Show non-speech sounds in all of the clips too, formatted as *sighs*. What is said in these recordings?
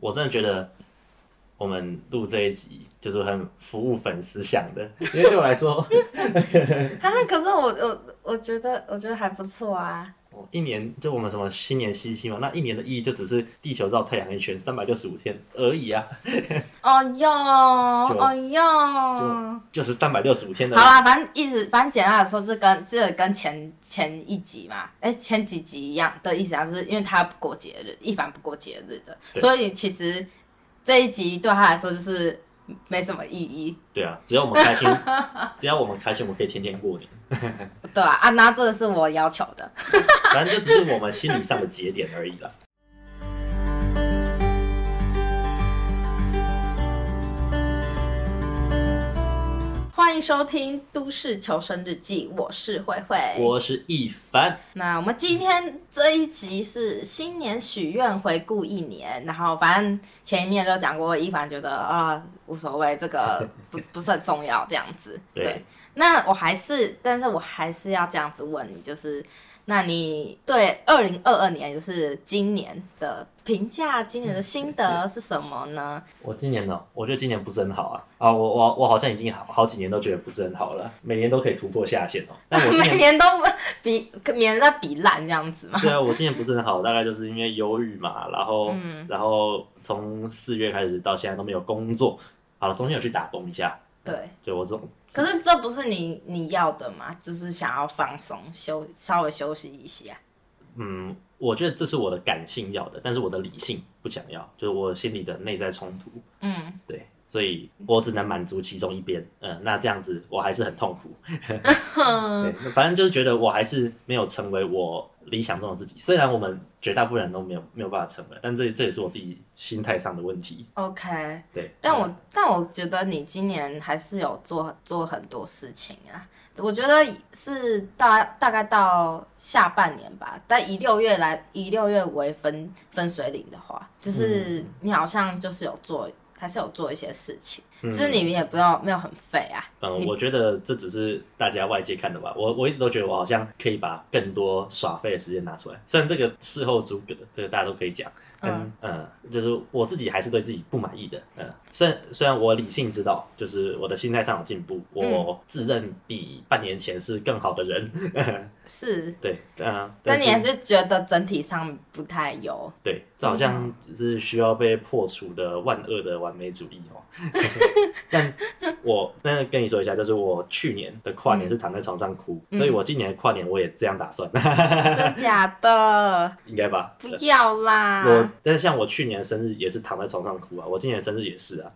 我真的觉得我们录这一集就是很服务粉丝想的，因为对我来说， *laughs* 哈、哈，啊可是我我我觉得我觉得还不错啊。我一年就我们什么新年新希望，那一年的意义就只是地球绕太阳一圈三百六十五天而已啊，哦哟，就哦哟，好就是三百六十五天的。啦，反正意思，反正简单的说，这跟这跟前前一集嘛，哎、前几集一样的意思啊，是因为他不过节日，一凡不过节日的，对所以其实这一集对他来说就是没什么意义，对啊，只要我们开心， *laughs* 只要我们开心，我们可以天天过年。对吧、啊？那这个是我要求的。反正就只是我们心理上的节点而已啦。欢迎收听《都市求生日记》，我是慧慧，我是一凡，那我们今天这一集是新年许愿回顾一年，然后反正前面就讲过，一凡觉得啊、无所谓，这 *laughs* 个不不是很重要这样子。对那我还是，但是我还是要这样子问你，就是那你对二零二二年，也就是今年的评价，今年的心得是什么呢？我今年呢，我觉得今年不是很好啊啊，我我我好像已经好好几年都觉得不是很好了，每年都可以突破下限哦。但我今每年年都比每年在比烂这样子嘛。 *laughs* 对啊，我今年不是很好，大概就是因为忧郁嘛，然后、嗯然后从四月开始到现在都没有工作，好了，中间有去打工一下，对。就我这种可是这不是你你要的嘛？就是想要放松，休稍微休息一下。嗯，我觉得这是我的感性要的，但是我的理性不想要，就是我心里的内在冲突。嗯，对，所以我只能满足其中一边。嗯、那这样子我还是很痛 *laughs* 苦。对，反正就是觉得我还是没有成为我理想中的自己。虽然我们绝大部分人都没有没有办法成为，但这这也是我自己心态上的问题。 OK。对，但我、但我觉得你今年还是有做做很多事情啊。我觉得是大大概到下半年吧，但以六月来以六月为分分水岭的话，就是你好像就是有做，还是有做一些事情，嗯就是你也不要没有很废啊。嗯，我觉得这只是大家外界看的吧。我我一直都觉得我好像可以把更多耍废的时间拿出来，虽然这个事后诸葛，这个大家都可以讲。嗯嗯，就是我自己还是对自己不满意的。嗯，虽然虽然我理性知道，就是我的心态上有进步，嗯我自认比半年前是更好的人。是，对，嗯，但但你还是觉得整体上不太 *laughs* 有。对，这好像嗯是需要被破除的万恶的完美主义哦。 *laughs* 但我那跟你说一下，就是我去年的跨年是躺在床上哭，嗯所以我今年的跨年我也这样打算， *laughs* 真的假的？应该吧？不啊要啦！我但是像我去年的生日也是躺在床上哭啊，我今年的生日也是啊。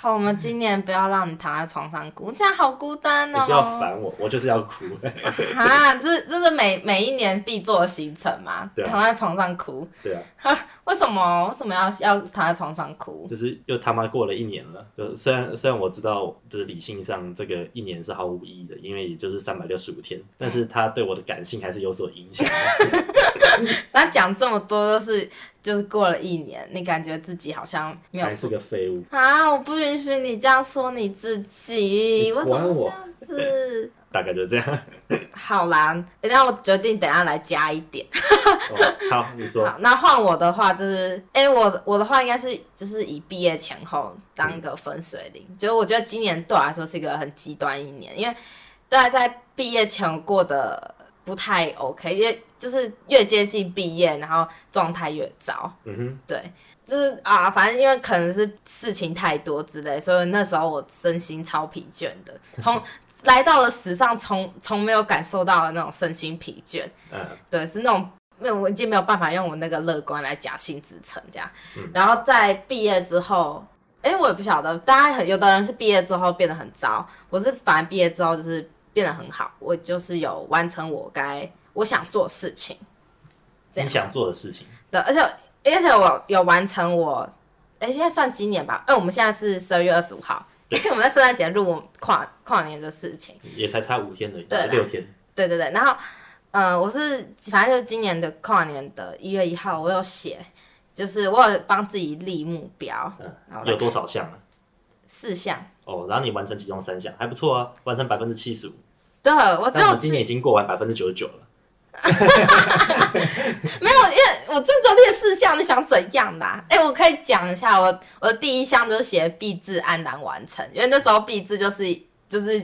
好，我们今年不要让你躺在床上哭，这样好孤单你哦。 *laughs* 不要烦我，我就是要哭。 *laughs* 哈，这这是每每一年必做的行程嘛？对啊躺在床上哭，对啊，为什么为什么要要躺在床上哭？就是又他妈过了一年了。就虽然虽然我知道，就是理性上这个一年是毫无意义的，因为也就是三百六十五天，但嗯是它对我的感性还是有所影响的。那讲这么多都是就是过了一年，你感觉自己好像 *laughs* 没有还是个废物。啊？我不允许你这样说你自己，你为管什么这我样子？大概就这样。 *laughs* 好啦，那我决定等一下来加一点。哦、好，你说好，那换我的话就是，哎、我我的话应该是就是以毕业前后当一个分水岭，就是我觉得今年对我来说是一个很极端一年，因为大家在毕业前我过得不太 OK，因为就是越接近毕业，然后状态越糟，嗯哼，对。就是啊，反正因为可能是事情太多之类，所以那时候我身心超疲倦的，从来到了史上从从没有感受到的那种身心疲倦。嗯对，是那种没有，我已经没有办法用我那个乐观来假性支撑这样。嗯然后在毕业之后，哎，我也不晓得，大家很有的人是毕业之后变得很糟，我是反而毕业之后就是变得很好，我就是有完成我该我想做的事情。这样你想做的事情，对，而且而且我有完成我，哎，现在算今年吧，哎，我们现在是十二月二十五号，因 *laughs* 为我们在圣诞节录跨跨年的事情。也才差五天而已，对啦六天。对对对，然后呃，我是反正就是今年的跨年的一月一号，我有写，就是我有帮自己立目标，然后嗯，来有多少项啊？四项。哦，然后你完成其中三项，还不错啊，完成百分之七十五。对，我只但我有们今年已经过完百分之九十九了。没有，因为我最终列四项，你想怎样啦？哎、我可以讲一下，我我的第一项就是写毕制安然完成，因为那时候毕制就是就是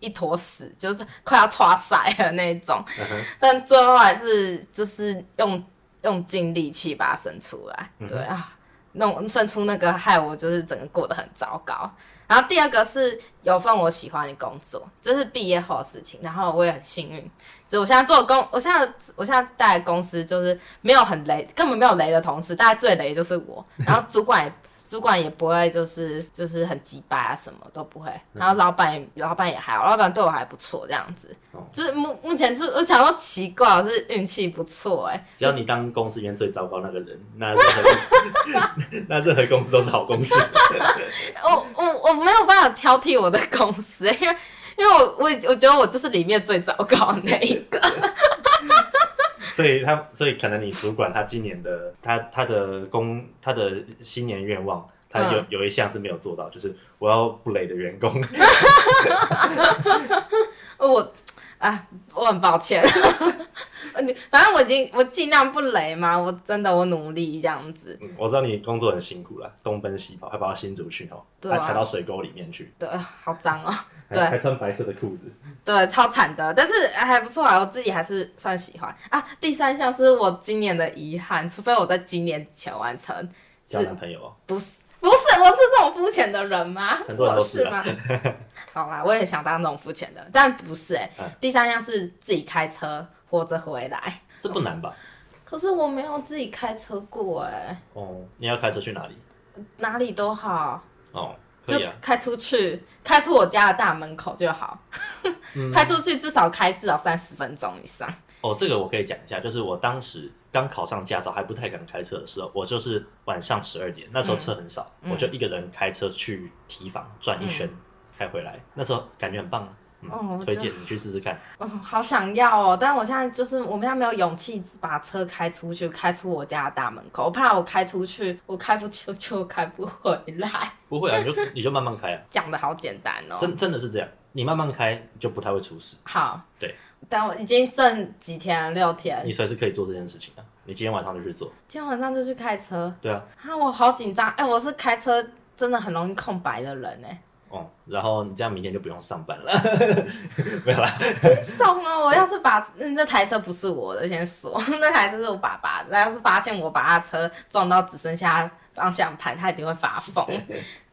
一坨屎，就是快要垮塞了那种，嗯哼但最后还是就是用用尽力气把它生出来，嗯对啊，弄生出那个害我就是整个过得很糟糕。然后第二个是有份我喜欢的工作，这是毕业后的事情，然后我也很幸运，就我现在做的工，我现在我现在带的公司就是没有很雷，根本没有雷的同事，大概最雷的就是我， *laughs* 然后主管也。主管也不会，就是就是很鸡巴啊，什么都不会。然后老板也，老板也还好，老板对我还不错，这样子。哦就是目目前就是我想说奇怪，我是运气不错哎、只要你当公司里面最糟糕那个人，那任何 *laughs* 那任何公司都是好公司。我我我没有办法挑剔我的公司、因为因为我我我觉得我就是里面最糟糕的那一个。 *laughs* 所以他，所以可能你主管他今年的他他的工他的新年愿望，他有、嗯有一项是没有做到，就是我要不累的员工。我啊，我很抱歉。 *laughs* 你反正我已经我尽量不雷嘛，我真的我努力这样子。嗯我知道你工作很辛苦啦，东奔西跑，还跑到新竹去哦，对啊还踩到水沟里面去，对，好脏哦。还对还穿白色的裤子。对，超惨的，但是哎还不错啊，我自己还是算喜欢啊。第三项是我今年的遗憾，除非我在今年前完成，交是男朋友哦，不是？不是，我是这种肤浅的人吗？很多人我都是是啊吗？ *laughs* 好啦，我也想当那种肤浅的人，但不是哎、嗯第三项是自己开车活着回来，这不难吧？可是我没有自己开车过哎、哦，你要开车去哪里？哪里都好，哦，可就以啊，开出去，开出我家的大门口就好。嗯 *laughs* 开出去至少开至少三十分钟以上。哦，这个我可以讲一下，就是我当时刚考上驾照还不太敢开车的时候，我就是晚上十二点，那时候车很少，嗯我就一个人开车去提防转一圈，开回来，那时候感觉很棒啊。嗯哦我推就荐你去试试看。哦，好想要哦！但我现在就是我们现在没有勇气把车开出去，开出我家的大门口，我怕我开出去，我开不出去，我开不回来。不会啊，你就你就慢慢 *laughs* 开啊，讲的好简单哦。真真的是这样，你慢慢开就不太会出事，好，对，但我已经剩几天了，六天，你随时可以做这件事情啊。你今天晚上就去做，今天晚上就去开车对啊，啊！我好紧张，哎、我是开车真的很容易空白的人哎，哦，然后你这样明天就不用上班了， *laughs* 没有啦，送啊！我要是把嗯那台车不是我的，先说 *laughs* 那台车是我爸爸的，他要是发现我把他车撞到只剩下方向盘，他一定会 *laughs* 发疯。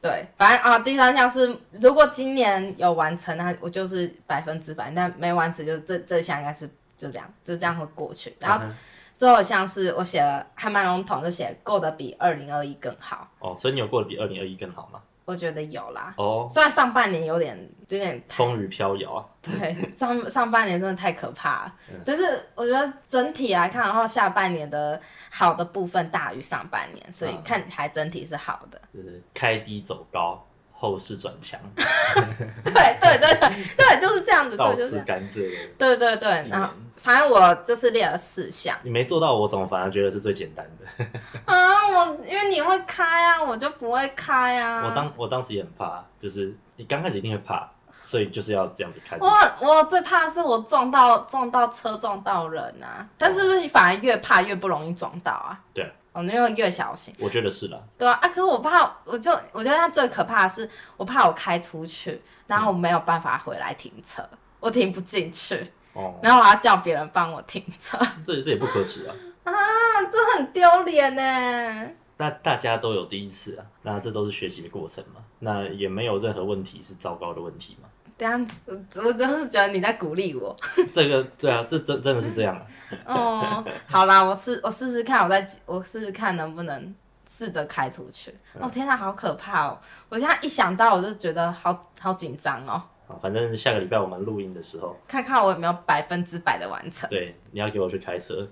对，反正啊，第三项是如果今年有完成，那我就是百分之百；但没完成，就这这项应该是就这样，就这样会过去。然后嗯哼最后一项是我写了还蛮笼统，就写过得比二零二一更好，哦，所以你有过得比二零二一更好吗？我觉得有啦。哦，虽然上半年有点有点风雨飘摇啊，对，上 *laughs* 上半年真的太可怕了嗯，但是我觉得整体来看的话，下半年的好的部分大于上半年，所以嗯看起来整体是好的。 *laughs* 就是开低走高，后市转强，对对 *laughs* 对对对，就是这样子，倒嗯对，就是这吃样甘蔗。对对对。一然后年反正我就是列了四项，你没做到，我总反而觉得是最简单的。啊，我因为你会开啊，我就不会开啊。我当我当时也很怕，就是你刚开始一定会怕，所以就是要这样子开出我去。我最怕是我撞到撞到车撞到人啊，但是不是反而越怕越不容易撞到啊？对，哦，因为越小心，我觉得是啦。对啊。啊，可是我怕，我就我觉得它最可怕的是，我怕我开出去，然后我没有办法回来停车，我停不进去，哦， *laughs* 然后我要叫别人帮我停车，这这也不可耻啊。那 *laughs* 这很丢脸呢。大大家都有第一次啊，那这都是学习的过程嘛。那也没有任何问题是糟糕的问题嘛。 *laughs* 等一下，我我真的是觉得你在鼓励我。这个对啊，这真真的是这样啊。哦， *laughs* 好啦，我试我试试看，我再我试试看能不能试着开出去。嗯哦天哪，好可怕哦！我现在一想到我就觉得好好紧张哦。好啊反正下个礼拜我们录音的时 *laughs* 候，看看我有没有百分之百的完成。对，你要给我去开车，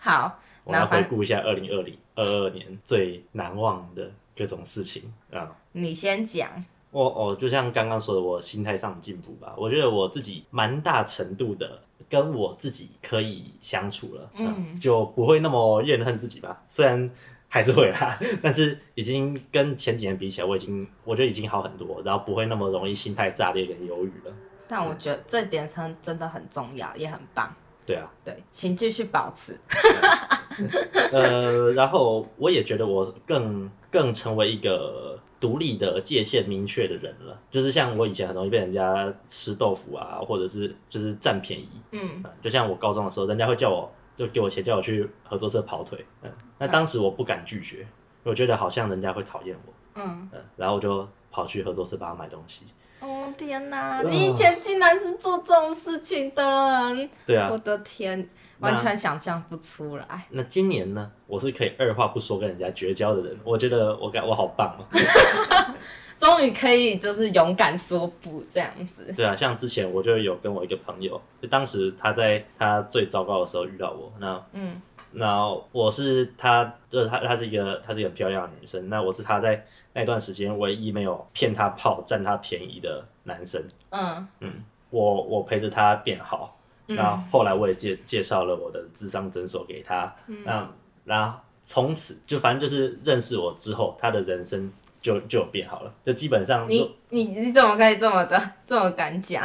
好，我那要回反正顾一下二零二零二二年最难忘的各种事情啊。你先讲。我哦，就像刚刚说的，我心态上的进步吧。我觉得我自己蛮大程度的跟我自己可以相处了，啊嗯就不会那么怨恨自己吧。虽然还是会啦， *laughs* 但是已经跟前几年比起来，我已经我觉得已经好很多，然后不会那么容易心态炸裂跟忧郁了。但我觉得这点真真的很重要，也很棒。对啊，对，请继续保持。呃， *laughs* 然后我也觉得我更更成为一个独立的界限明确的人了，就是像我以前很容易被人家吃豆腐啊，或者是就是占便宜，嗯嗯就像我高中的时候，人家会叫我就给我钱叫我去合作社跑腿，嗯，那当时我不敢拒绝，我觉得好像人家会讨厌我，嗯，嗯，然后我就跑去合作社帮他买东西，哦天哪，嗯你以前竟然是做这种事情的人，对啊我，的天，那完全想象不出来。那今年呢，我是可以二话不说跟人家绝交的人，我觉得我感我好棒哦。终于可以就是勇敢说不这样子。对啊，像之前我就有跟我一个朋友，就当时他在他最糟糕的时候遇到我，那嗯那我是他，就是他，她是一个她是一个很漂亮的女生，那我是她在那段时间唯一没有骗她泡占她便宜的男生，嗯嗯，我我陪着她变好，那嗯后来我也介介绍了我的智商诊所给她，嗯那那从此就反正就是认识我之后，她的人生就就有变好了，就基本上你你你怎么可以这么的这么敢讲？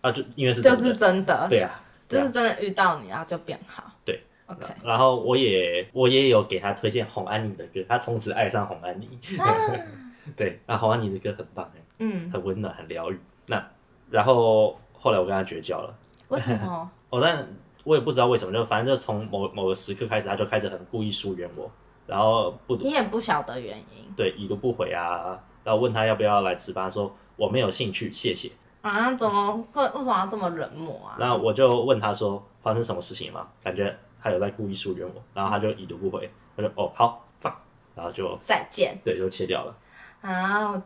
啊就因为是就真的是真的，对啊，就对啊是真的遇到你，然后就变好。对，OK 然后我也我也有给他推荐红安妮的歌，他从此爱上红安妮。 *laughs* 对，那红安妮的歌很棒，嗯，很温暖，很疗愈。那然后后来我跟他绝交了，为什 *laughs* 么？哦，但我也不知道为什么，就反正就从某某个时刻开始，他就开始很故意疏远我，然后不读你也不晓得原因对已读不回啊，然后问他要不要来吃饭，他说我没有兴趣，谢谢。啊？怎么会？为什么要这么冷漠啊？那我就问他说发生什么事情了吗？感觉他有在故意疏远我，然后他就已读不回，他就哦好放，然后就再见对就切掉了。啊！我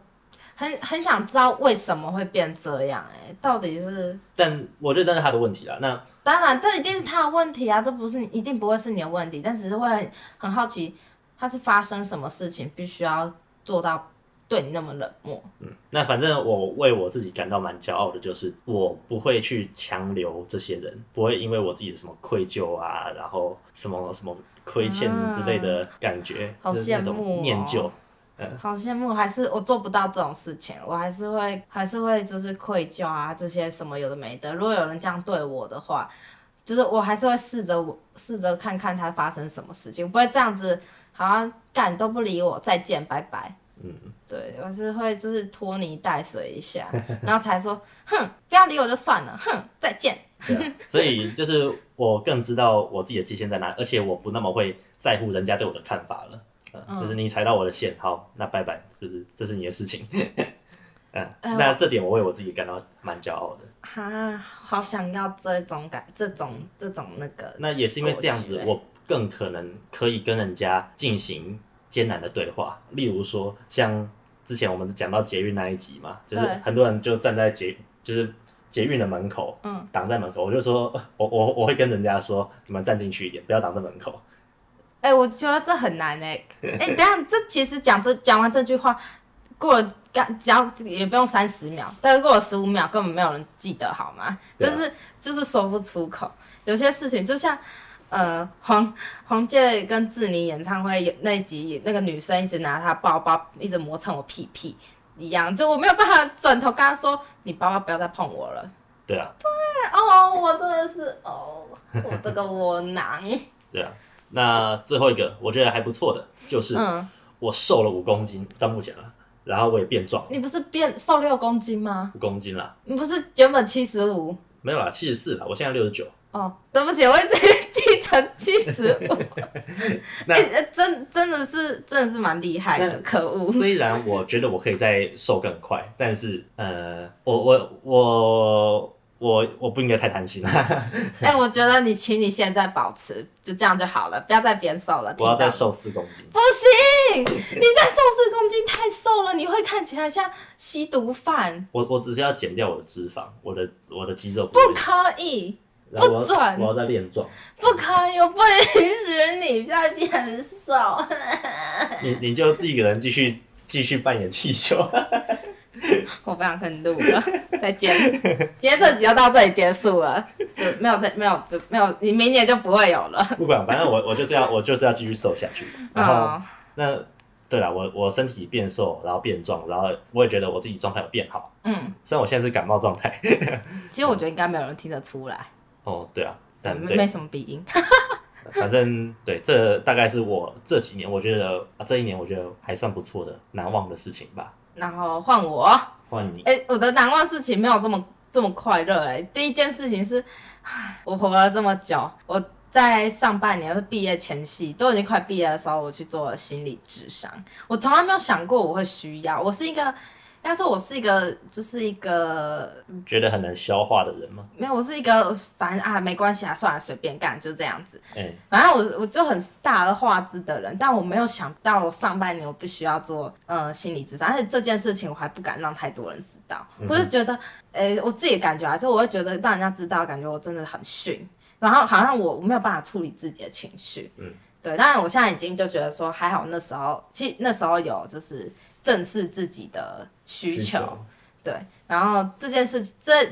很很想知道为什么会变这样、哎，到底是？但我觉得那是他的问题啦。那当然，这一定是他的问题啊，这不是你一定不会是你的问题，但只是会很很好奇，他是发生什么事情，必须要做到对你那么冷漠。嗯，那反正我为我自己感到蛮骄傲的，就是我不会去强留这些人，不会因为我自己的什么愧疚啊，然后什么什么亏欠之类的感觉，啊好就是那羡慕哦种念旧。 *laughs* 好羡慕，还是我做不到这种事情，我还是会还是会就是愧疚啊，这些什么有的没的。如果有人这样对我的话，就是我还是会试着我试着看看他发生什么事情，不会这样子好像干都不理我，再见，拜拜。嗯，对，我是会就是拖泥带水一下， *laughs* 然后才说，哼，不要理我就算了，哼，再见。对啊，所以就是我更知道我自己的界限在哪，而且我不那么会在乎人家对我的看法了。嗯，就是你踩到我的线，好，那拜拜，就是这是你的事情。 *laughs* 嗯，哎那这点我为我自己感到蛮骄傲的。哈，好想要这种感，这种这种那个，那也是因为这样子过，去我更可能可以跟人家进行艰难的对话。例如说，像之前我们讲到捷运那一集嘛，就是对很多人就站在捷，就是捷运的门口，嗯，挡在门口。我就说， *laughs* 我我我会跟人家说，你们站进去一点，不要挡在门口。哎、我觉得这很难哎、哎、等一下，这其实讲这讲完这句话，过了干只要也不用三十秒，但是过了十五秒根本没有人记得好吗？对就啊是就是说不出口，有些事情就像。呃，黄黄玠跟志宁演唱会有那一集，那个女生一直拿她包包，一直磨蹭我屁屁一样，就我没有办法转头跟她说：“你包包不要再碰我了。对啊，”哦，我真的是哦，我这个窝囊。对啊。那最后一个我觉得还不错的，就是嗯，我瘦了五公斤，到目前了，然后我也变壮你不是变瘦六公斤吗？五公斤啦，你不是原本七十五没有啦，七十四啦，我现在六十九。哦？对不起，我一直记成七十五。 *laughs* 那哎、呃真真的是真的是蛮厉害的，但可恶。虽然我觉得我可以再瘦更快，但是呃，我我我我我不应该太贪心了， *laughs* 啊 *laughs* 哎、我觉得你请你现在保持，就这样就好了，不要再变瘦了。我要听到再吗瘦四公斤。不行，你再瘦四公斤太瘦了，你会看起来像吸毒犯，我我只是要减掉我的脂肪，我的我的肌肉不不会可以，然后我不准我要再练壮。不可以，我不允许你再变瘦。你你就自己一个人继续继续扮演气球。 *laughs* 我不想跟你录了，再 *laughs* 见。今天这集就到这里结束了，就没有再没有不没有，你明年就不会有了。 *laughs* 不管，反正我我就是要我就是要继续瘦下去。然后、哦，那对了，我我身体变瘦，然后变壮，然后我也觉得我自己状态有变好。嗯，虽然我现在是感冒状态。 *laughs* 其实我觉得应该没有人听得出来，哦，对啊，对，但没没对，什么鼻音。反正对，这大概是我这几年我觉得啊，这一年我觉得还算不错的难忘的事情吧。 *laughs* 然后换我，换你，哎、我的难忘事情没有这么这么快乐哎、第一件事情是， *sighs* 唉我活了这么久，我在上半年，就是毕业前夕，都已经快毕业的时候，我去做了心理智商。我从来没有想过我会需要，我是一个，应该说我是一个，就是一个觉得很难消化的人吗？没有，我是一个，反正啊，没关系啊，算了，随便干，就这样子。哎、反正我我就很大而化之的人，但我没有想到我上半年我必须要做呃心理咨商，而且这件事情我还不敢让太多人知道。嗯哼我就觉得，诶、我自己的感觉啊，就我会觉得让人家知道，感觉我真的很逊，然后好像我没有办法处理自己的情绪。嗯，对。但是我现在已经就觉得说，还好那时候，其实那时候有就是正视自己的需求，对，然后这件事这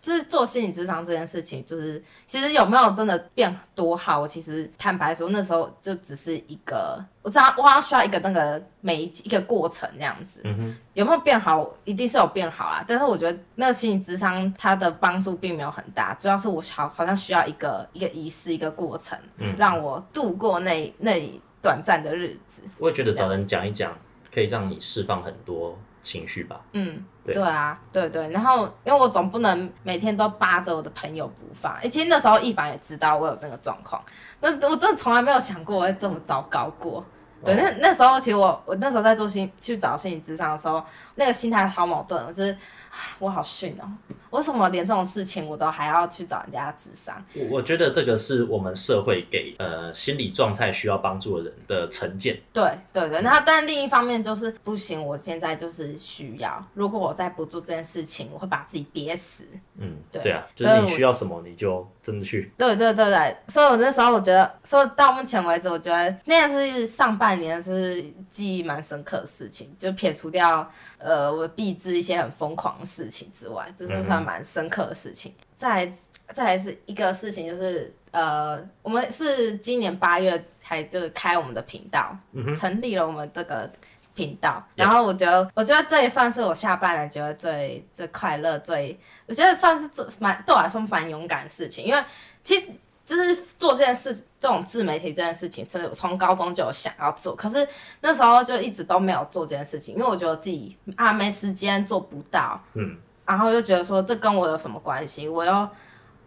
就是做心理智商这件事情，就是其实有没有真的变多好，我其实坦白说，那时候就只是一个，我知道我好像需要一个那个每一一个过程这样子，嗯哼，有没有变好，一定是有变好啦。但是我觉得那个心理智商它的帮助并没有很大，主要是我好好像需要一个一个仪式，一个过程，嗯让我度过那那一短暂的日子。我也觉得找人讲一讲，可以让你释放很多情绪吧。嗯，对对啊，对对，然后因为我总不能每天都扒着我的朋友不放，诶其实那时候一凡也知道我有这个状况，那我真的从来没有想过我会这么糟糕过。对，哦那那时候其实我我那时候在做心去找心理咨商的时候，那个心态好矛盾，我就是唉我好逊哦，为什么连这种事情我都还要去找人家咨商？我我觉得这个是我们社会给呃心理状态需要帮助的人的成见。对对嗯对，那但另一方面就是不行，我现在就是需要，如果我再不做这件事情，我会把自己憋死。嗯，对对啊，就所是以你我需要什么你就真的去。对对对对，所以我那时候我觉得，所以到目前为止，我觉得那个是上半年是记忆蛮深刻的事情，就撇除掉呃我避之一些很疯狂的事情之外，这是算蛮深刻的事情。再来再来是一个事情，就是呃我们是今年八月还就是开我们的频道，嗯哼，成立了我们这个频道， Yeah. 然后我觉得，我觉得这也算是我下半年觉得最最快乐、最我觉得算是做蛮对我来说蛮勇敢的事情，因为其实就是做这件事，这种自媒体这件事情，真的我从高中就有想要做，可是那时候就一直都没有做这件事情，因为我觉得自己啊没时间做不到，嗯，然后又觉得说这跟我有什么关系？我又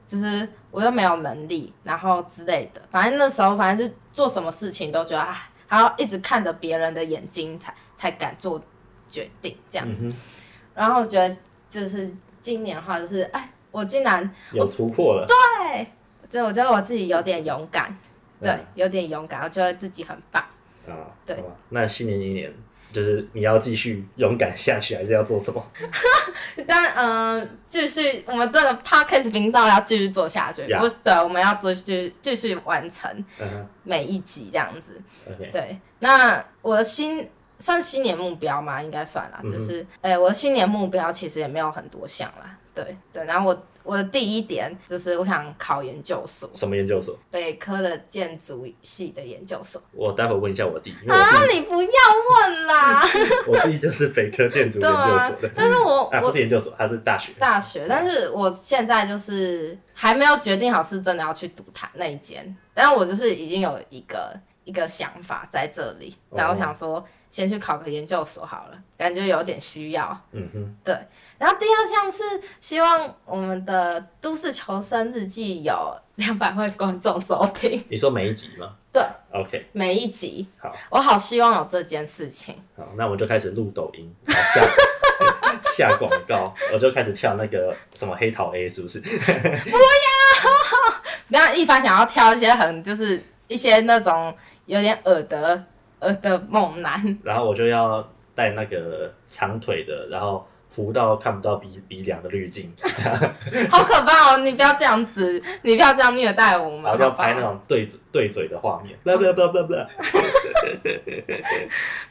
就是我又没有能力，然后之类的。反正那时候，反正就做什么事情都觉得啊，还要一直看着别人的眼睛才才敢做决定这样嗯子。哼，然后我觉得就是今年的话，就是哎，我竟然 *laughs* 有突破了。就我觉得我自己有点勇敢，对，有点勇敢，我觉得自己很棒。 *laughs* 对嗯啊，对好吧。那新年一年，就是你要继续勇敢下去，还是要做什么？但嗯、呃继续我们这个 podcast 频道要继续做下去 Yeah 不是对，我们要继续继续完成嗯哼每一集这样子。 ，OK，对，那我的新算新年目标嘛，应该算啦，嗯哼就是，哎、我的新年目标其实也没有很多项啦，对对。然后我我的第一点就是我想考研究所，什么研究所？北科的建筑系的研究所。我待会问一下我弟，因为啊我，弟你不要问啦， *laughs* *laughs* 我弟就是北科建筑对研究啊所 *laughs* 的，。但是我啊，不我是研究所，他是大学。大学，但是我现在就是还没有决定好是真的要去读它那一间，但是我就是已经有一个一个想法在这里，哦然后我想说先去考个研究所好了，感觉有点需要。嗯哼，然后第二项是希望我们的《都市求生日记》有 *laughs* 两百位观众收听， *laughs* 你说每一集吗对， ？OK，每一集，好。我好希望有这件事情。好，那我就开始录抖音，然后 *laughs* 下下广告，我就开始跳那个什么黑桃 A，是不是？然后一凡想要挑一些很就是一些那种有点耳的耳的猛男，然后我就要戴那个长腿的，然后糊到看不到鼻鼻梁的滤镜，嗯 *laughs* 好可怕哦！你不要这样子，你不要这样虐待我们。然后就要好不好拍那种对嘴对嘴的画面，blah blah blah blah blah。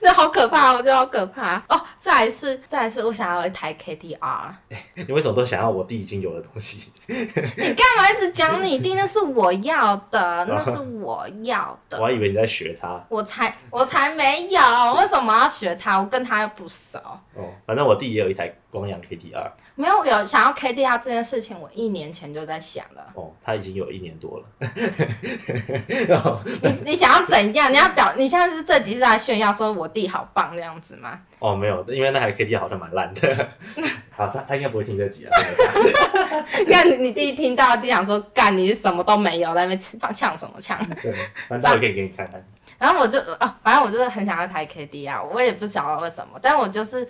那好可怕，我觉得好可怕哦！再来是，再来是我想要一台 *laughs* KTR。你为什么都想要我弟已经有的东西？你干嘛一直讲你弟？那是我要 *laughs* 的，那是我要我的。还以为你在学他我才我才没有，为什么要学他？我跟他又不熟。哦。反正我弟也有一台光阳 KT 二没有有想要 KTR 这件事情，我一年前就在想了。哦，他已经有一年多了。 *laughs* 然后你你想要怎样？你要表你现在是这集是来炫耀说我弟好棒这样子吗？哦，没有，因为那台 KT 好像蛮烂 *laughs* 的。好，他他应该不会听这集啊。真 *laughs* 的 *laughs* 看你你弟听到，弟想说干你是什么都没有，在那边吃呛什么呛？对，反正待会可以给你看看。然后我就啊，反正我就是很想要台 KD 啊，我也不晓得为什么，但我就是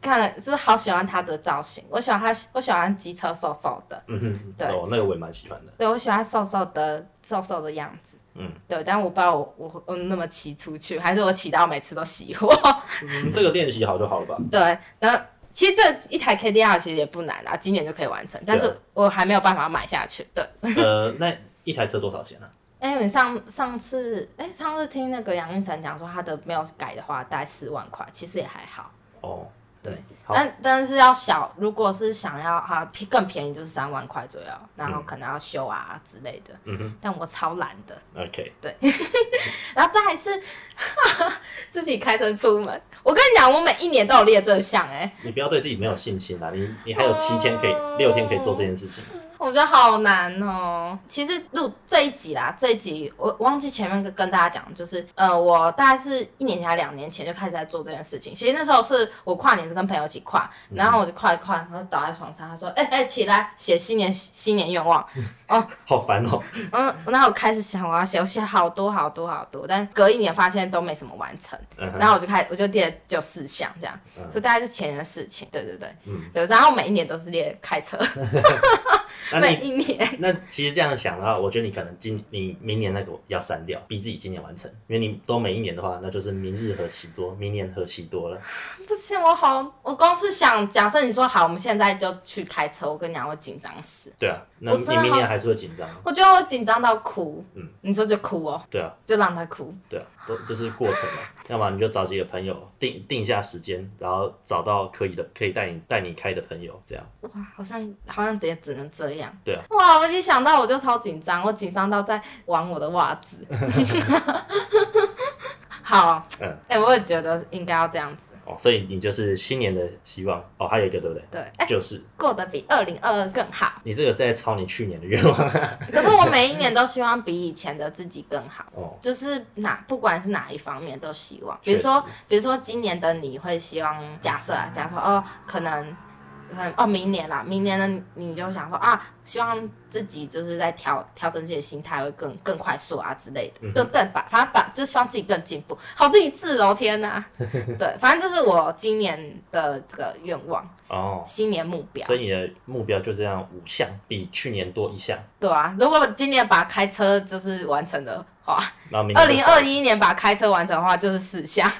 看了，就是好喜欢他的造型，我喜欢他，我喜欢机车瘦瘦的，嗯哼，对哦，那个我也蛮喜欢的。对我喜欢瘦瘦的瘦瘦的样子，嗯，对，但我不知道我我我那么骑出去，还是我骑到每次都熄火， *laughs* 嗯这个练习好就好了吧？对，然后。其实这一台 KDR 其实也不难啦，啊今年就可以完成，但对是啊我还没有办法买下去。对，呃，那一台车多少钱啊呢、哎、你上上次哎、上次听那个杨运成讲说他的没有改的话，大概四万块，其实也还好。哦，对嗯，好，但但是要小，如果是想要啊便更便宜，就是三万块左右，然后可能要修啊之类的。嗯哼但我超懒的， ，OK，然后再来是自己开车出门。我跟你讲，我每一年都有列这项哎、你不要对自己没有信心啦，你你还有七天可以哦，六天可以做这件事情。 *laughs* 我觉得好难哦。其实录这一集啦，这一集我我忘记前面跟跟大家讲，就是呃，我大概是一年前、还两年前就开始在做这件事情。其实那时候是我跨年是跟朋友一起跨，嗯然后我就跨一跨，然后倒在床上，他说：“哎、哎、起来写新年新年愿望。” *laughs* 好烦哦，嗯，然后我开始想我要写，我写好多好多好多，但嗯隔一年发现都没什么完成，嗯哼然后我就开我就列了就四项这样，嗯所以大概是前年的事情，对对对，嗯对，然后每一年都是列开车，那 *laughs* 每你一年，那其实这样想的话，我觉得你可能今你明年那个要删掉，逼自己今年完成，因为你都每一年的话，那就是明日何其多，明年何其多了。不行，我好，我光是想，假设你说好，我们现在就去开车，我跟你讲，我紧张死，对啊，那我你真的明年好还是会紧张。我觉得我紧张到哭，嗯你说就哭哦，对啊，就让他哭，对啊，都就是过程嘛。要么你啊就找几个朋友定定下时间，然后找到可以的可以带你带你开的朋友，这样。哇，好像好像也只能这样，对啊，哇，我一想到我就超紧张，我紧张到在玩我的袜子。 *laughs* 好，嗯，哎、我也觉得应该要这样子，哦，所以你就是新年的希望哦，还有一个对不对？对，哎、就是过得比二零二二更好。你这个是在抄你去年的愿望可是我每一年都希望比以前的自己更好。哦， *laughs* 就是哪，不管是哪一方面都希望，比如确实说，比如说今年的你会希望，假设啊，假设哦，可能，可能哦，明年啦，明年的你你就想说啊，希望自己就是在调调整自己的心态会更更快速啊之类的，嗯就更把反正把就希望自己更进步，好励志哦，*laughs* 天哪，对，反正这是我今年的这个愿望，哦，新年目标所，以你的目标就这样五项，比去年多一项，对啊，如果今年把开车就是完成的话，然后明二年就零少二一年把开车完成的话就是四项。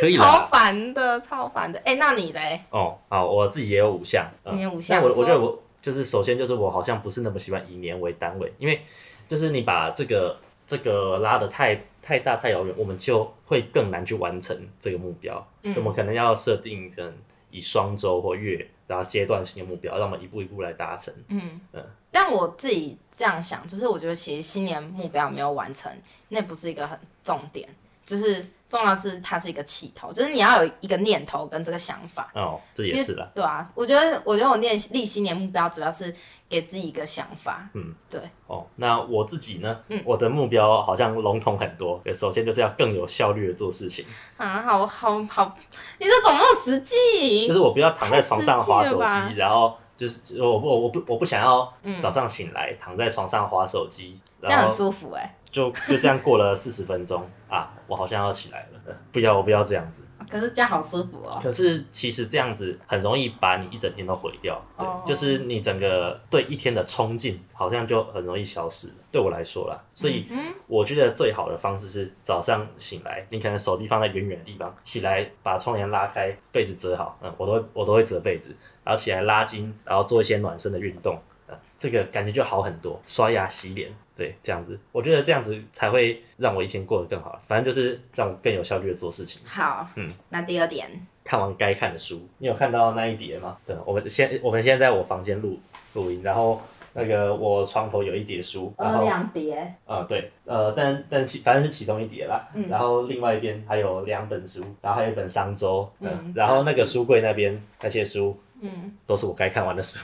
可以超啦。烦的，超烦的。哎、那你嘞？哦，好，我自己也有五项，嗯、你有五项但我说我觉得我就是首先就是我好像不是那么喜欢以年为单位，因为就是你把这个这个拉的太太大太遥远，我们就会更难去完成这个目标。嗯我们可能要设定成以双周或月，然后阶段性的目标，让我们一步一步来达成。嗯嗯但我自己这样想，就是我觉得其实新年目标没有完成，那不是一个很重点，就是重要的是它是一个起头，就是你要有一个念头跟这个想法。哦，这也其实是啦。对啊，我觉得我觉得我念立新年目标主要是给自己一个想法。嗯，对，哦，那我自己呢？嗯我的目标好像笼统很多。对首先就是要更有效率的做事情，啊，好好好，你这怎么那么实际？就是我不要躺在床上划手太实际了吧机，然后就是我不我不我不想要嗯早上醒来、躺在床上划手机，这样然很后舒服哎、就就这样过了四十分钟 *laughs* 啊，我好像要起来了， *laughs* 呃不要我不要这样子。可是这样好舒服哦。可是其实这样子很容易把你一整天都毁掉，对哦就是你整个对一天的冲劲好像就很容易消失了。对我来说啦，所以嗯我觉得最好的方式是早上醒来，你可能手机放在远远的地方，起来把窗帘拉开，被子折好，嗯，我都会我都会折被子，然后起来拉筋，然后做一些暖身的运动，嗯，这个感觉就好很多。刷牙洗脸，对，这样子，我觉得这样子才会让我一天过得更好。反正就是让我更有效率的做事情。好，嗯，那第二点，看完该看的书，你有看到那一叠吗？对，我们现我们现在在我房间录录音，然后那个我床头有一叠书，哦然后两叠，啊、对，呃，但但其反正是其中一叠啦。嗯然后另外一边还有两本书，然后还有一本商周。嗯然后那个书柜那边那些书嗯，都是我该看完的书。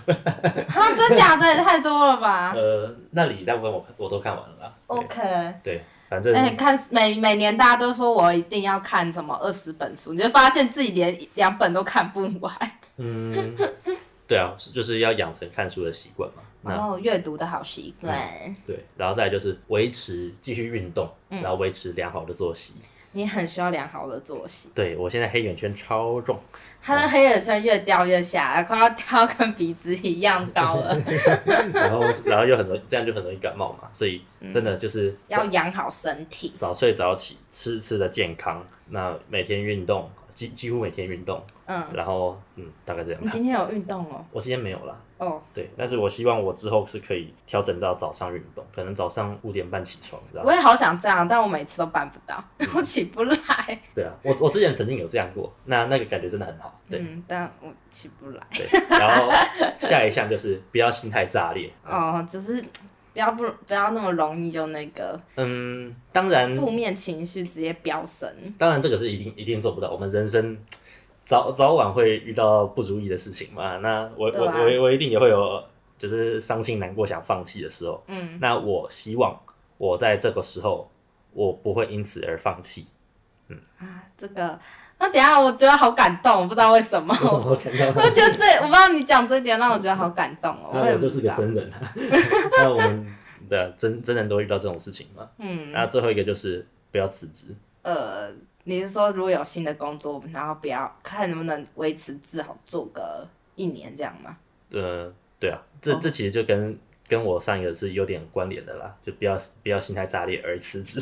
哈，真假的 *laughs* 也太多了吧呃，那里大部分我我都看完了啦。对？OK，哎、对，反正、看每每年大家都说我一定要看什么二十本书，你就发现自己连两本都看不完。嗯，对啊，就是要养成看书的习惯嘛。然那后哦阅读的好习惯，对，然后再来就是维持继续运动，嗯然后维持良好的作息。你很需要良好的作息。对我现在黑眼圈超 *laughs* 重，他的黑眼圈越掉越下来，快要掉跟鼻子一样高了， *laughs* 然后然后又很容易这样就很容易感冒嘛，所以真的就是 *laughs* 要养好身体。早睡早起，吃吃的健康，那每天运动，几几乎每天运动，嗯，然后嗯，大概这样你。今天有运动哦？我今天没有啦，哦，对，但是我希望我之后是可以调整到早上运动，可能早上五点半起床，然后我也好想这样，但我每次都办不到，嗯我起不来。对啊，我我之前曾经有这样过，那那个感觉真的很好， *laughs* 对、嗯，但我起不来。对。然后下一项就是不要心态炸裂，哦，只是不要不不要那么容易就那个嗯，当然负面情绪直接飙升。当然这个是一定一定做不到，我们人生早早晚会遇到不如意的事情嘛。那我、对我啊我我一定也会有就是伤心难过想放弃的时候。嗯，那我希望我在这个时候我不会因此而放弃。啊，这个，那等一下我觉得好感动，我不知道为什么。为什么我讲到 *laughs* 我觉得这，我不知道你讲这点让我觉得好感动哦。那嗯也我不就是个知道。真人 *laughs* 啊。那我们的真真人都会遇到这种事情嘛。嗯，那最后一个就是不要辞职。呃，你是说如果有新的工作，然后不要看能不能维持至少做个一年这样吗？呃，对啊，这哦这其实就跟。跟我上一个是有点关联的啦，就不要不要心态炸裂而辞职。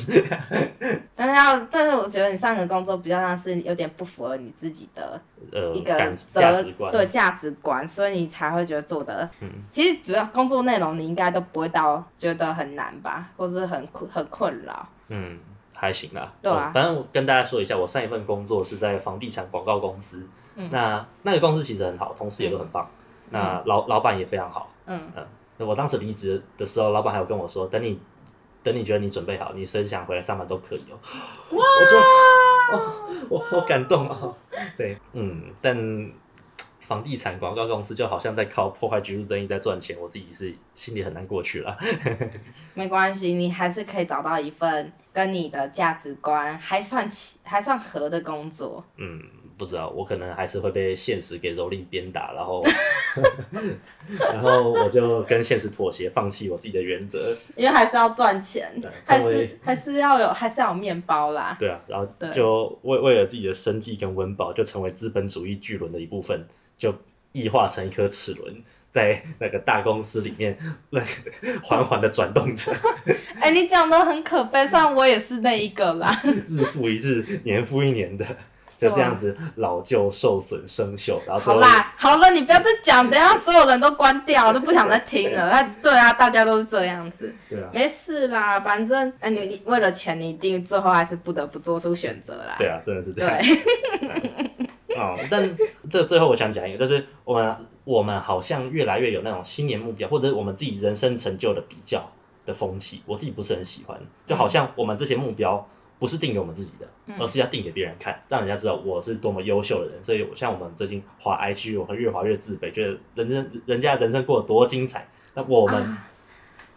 但是要，但是我觉得你上个工作比较像是有点不符合你自己的呃一个感责价值观，对价值观，所以你才会觉得做的。嗯其实主要工作内容你应该都不会到觉得很难吧，或是很困很困扰。嗯，还行啦。对啊我反正我跟大家说一下，我上一份工作是在房地产广告公司，嗯那那个公司其实很好，同事也都很棒，那老老板也非常好。嗯我当时离职的时候，老板还有跟我说，等你等你觉得你准备好，你随时想回来上班都可以哦。我就哦，我好感动啊、哦。对，嗯，但房地产广告公司就好像在靠破坏居住正义在赚钱，我自己是心里很难过去了。没关系，你还是可以找到一份跟你的价值观还算起还算合的工作。嗯，不知道，我可能还是会被现实给蹂躏鞭打，然后， *laughs* 然后我就跟现实妥协，放弃我自己的原 *laughs* 则，因为还是要赚钱对，还稍是微还是要有，还是要有面包啦。对啊，然后对就为为了自己的生计跟温饱，就成为资本主义巨轮的一部分，就异化成一颗齿轮，在那个大公司里面，那个缓缓的转动着， *laughs* 哎、你讲的很可悲，虽然我也是那一个啦。日复一日，年复一年的，就这样子老旧、受损、生锈，然后最好后啦，好了，你不要再讲，等一下所有人都关掉，我都不想再听了。那对啊，大家都是这样子，对啊，没事啦，反正哎、你你为了钱，你一定最后还是不得不做出选择啦。对啊，真的是这样。 *laughs* 对，哦，但这最后我想讲一个，就是我们我们好像越来越有那种新年目标，或者是我们自己人生成就的比较的风气，我自己不是很喜欢。就好像我们这些目标不是定给我们自己的，嗯而是要定给别人看，让人家知道我是多么优秀的人。所以我像我们最近滑 IG，我会越滑越自卑，觉得人生人家人生过得多精彩，那我们、啊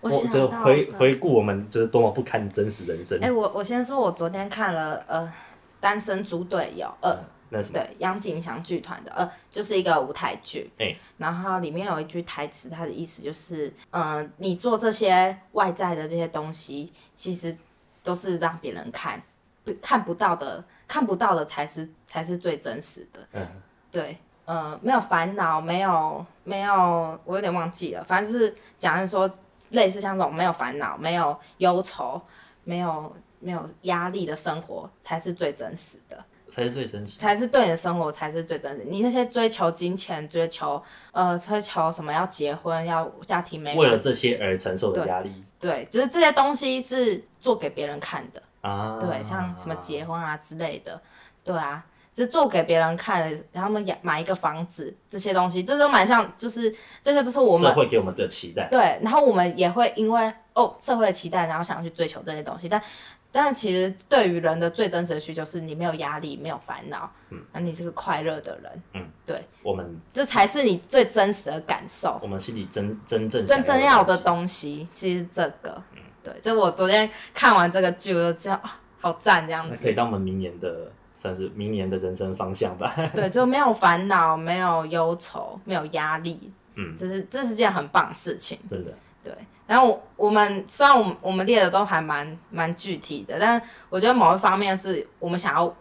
我想就到了回回顾我们就是多么不堪真实人生。哎、我我先说，我昨天看了呃《单身猪队友》呃，嗯那什么，对，杨景祥剧团的，呃，就是一个舞台剧。哎然后里面有一句台词，它的意思就是，嗯、你做这些外在的这些东西，其实都是让别人看，不看不到的，看不到的才是才是最真实的。嗯，对，呃，没有烦恼，没有没有，我有点忘记了，反正就是讲的说类似像这种没有烦恼、没有忧愁、没有没有压力的生活才是最真实的。才是最真实。才是对你的生活才是最真实。你那些追求金钱、追求呃追求什么要结婚、要家庭美为满，了这些而承受的压力对，就是这些东西是做给别人看的，啊，对，像什么结婚啊之类的，对啊，就是做给别人看的，他们养买一个房子这些东西，这都蛮像，就是这些都是我们社会给我们的期待，对，然后我们也会因为哦社会的期待，然后想要去追求这些东西，但但其实对于人的最真实的需求是你没有压力，没有烦恼，嗯，那你是个快乐的人，我们这才是你最真实的感受，我们心里真真正真正想要要的东嗯东西，其实这个，对，这我昨天看完这个剧，我就觉得啊好赞这样西，子那， *laughs* 可以当我们明年的算是明年的人生方向 *laughs* 吧。对，就没有烦恼，没有忧愁，没有压力，嗯，这是这是件很棒的事情。真的，对，然后我我们虽然我们我们列的都还蛮蛮具体的，但我觉得某一方面是我们想要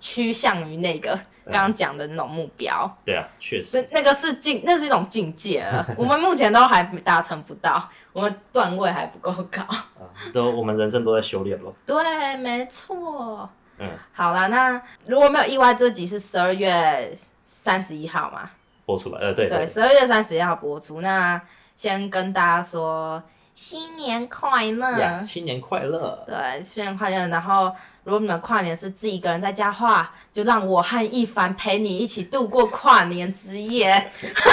趋向于那个嗯刚刚讲的那种目标，对啊，确实那、那个是境，那是一种境界了。我们目前都还达成不到，我们段位还不够高。啊，都我们人生都在修炼咯。对，没错。嗯，好啦，那如果没有意外，这集是十二月三十一号嘛？播出来，呃，对对，对，十二月三十一号播出。那先跟大家说新年快乐。呀，新年快乐，对，新年快乐！然后，如果你们跨年是自己一个人在家的话，就让我和一凡陪你一起度过跨年之夜，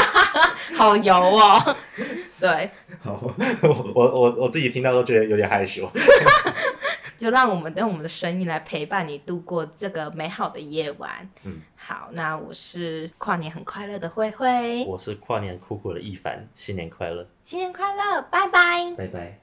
*laughs* 好油哦！ *laughs* 对，好， *laughs* 我我我自己听到都觉得有点害羞。就让我们用我们的声音来陪伴你度过这个美好的夜晚。嗯，好，那我是跨年很快乐的慧慧，我是跨年酷酷的一凡，新年快乐，新年快乐，拜拜。拜拜。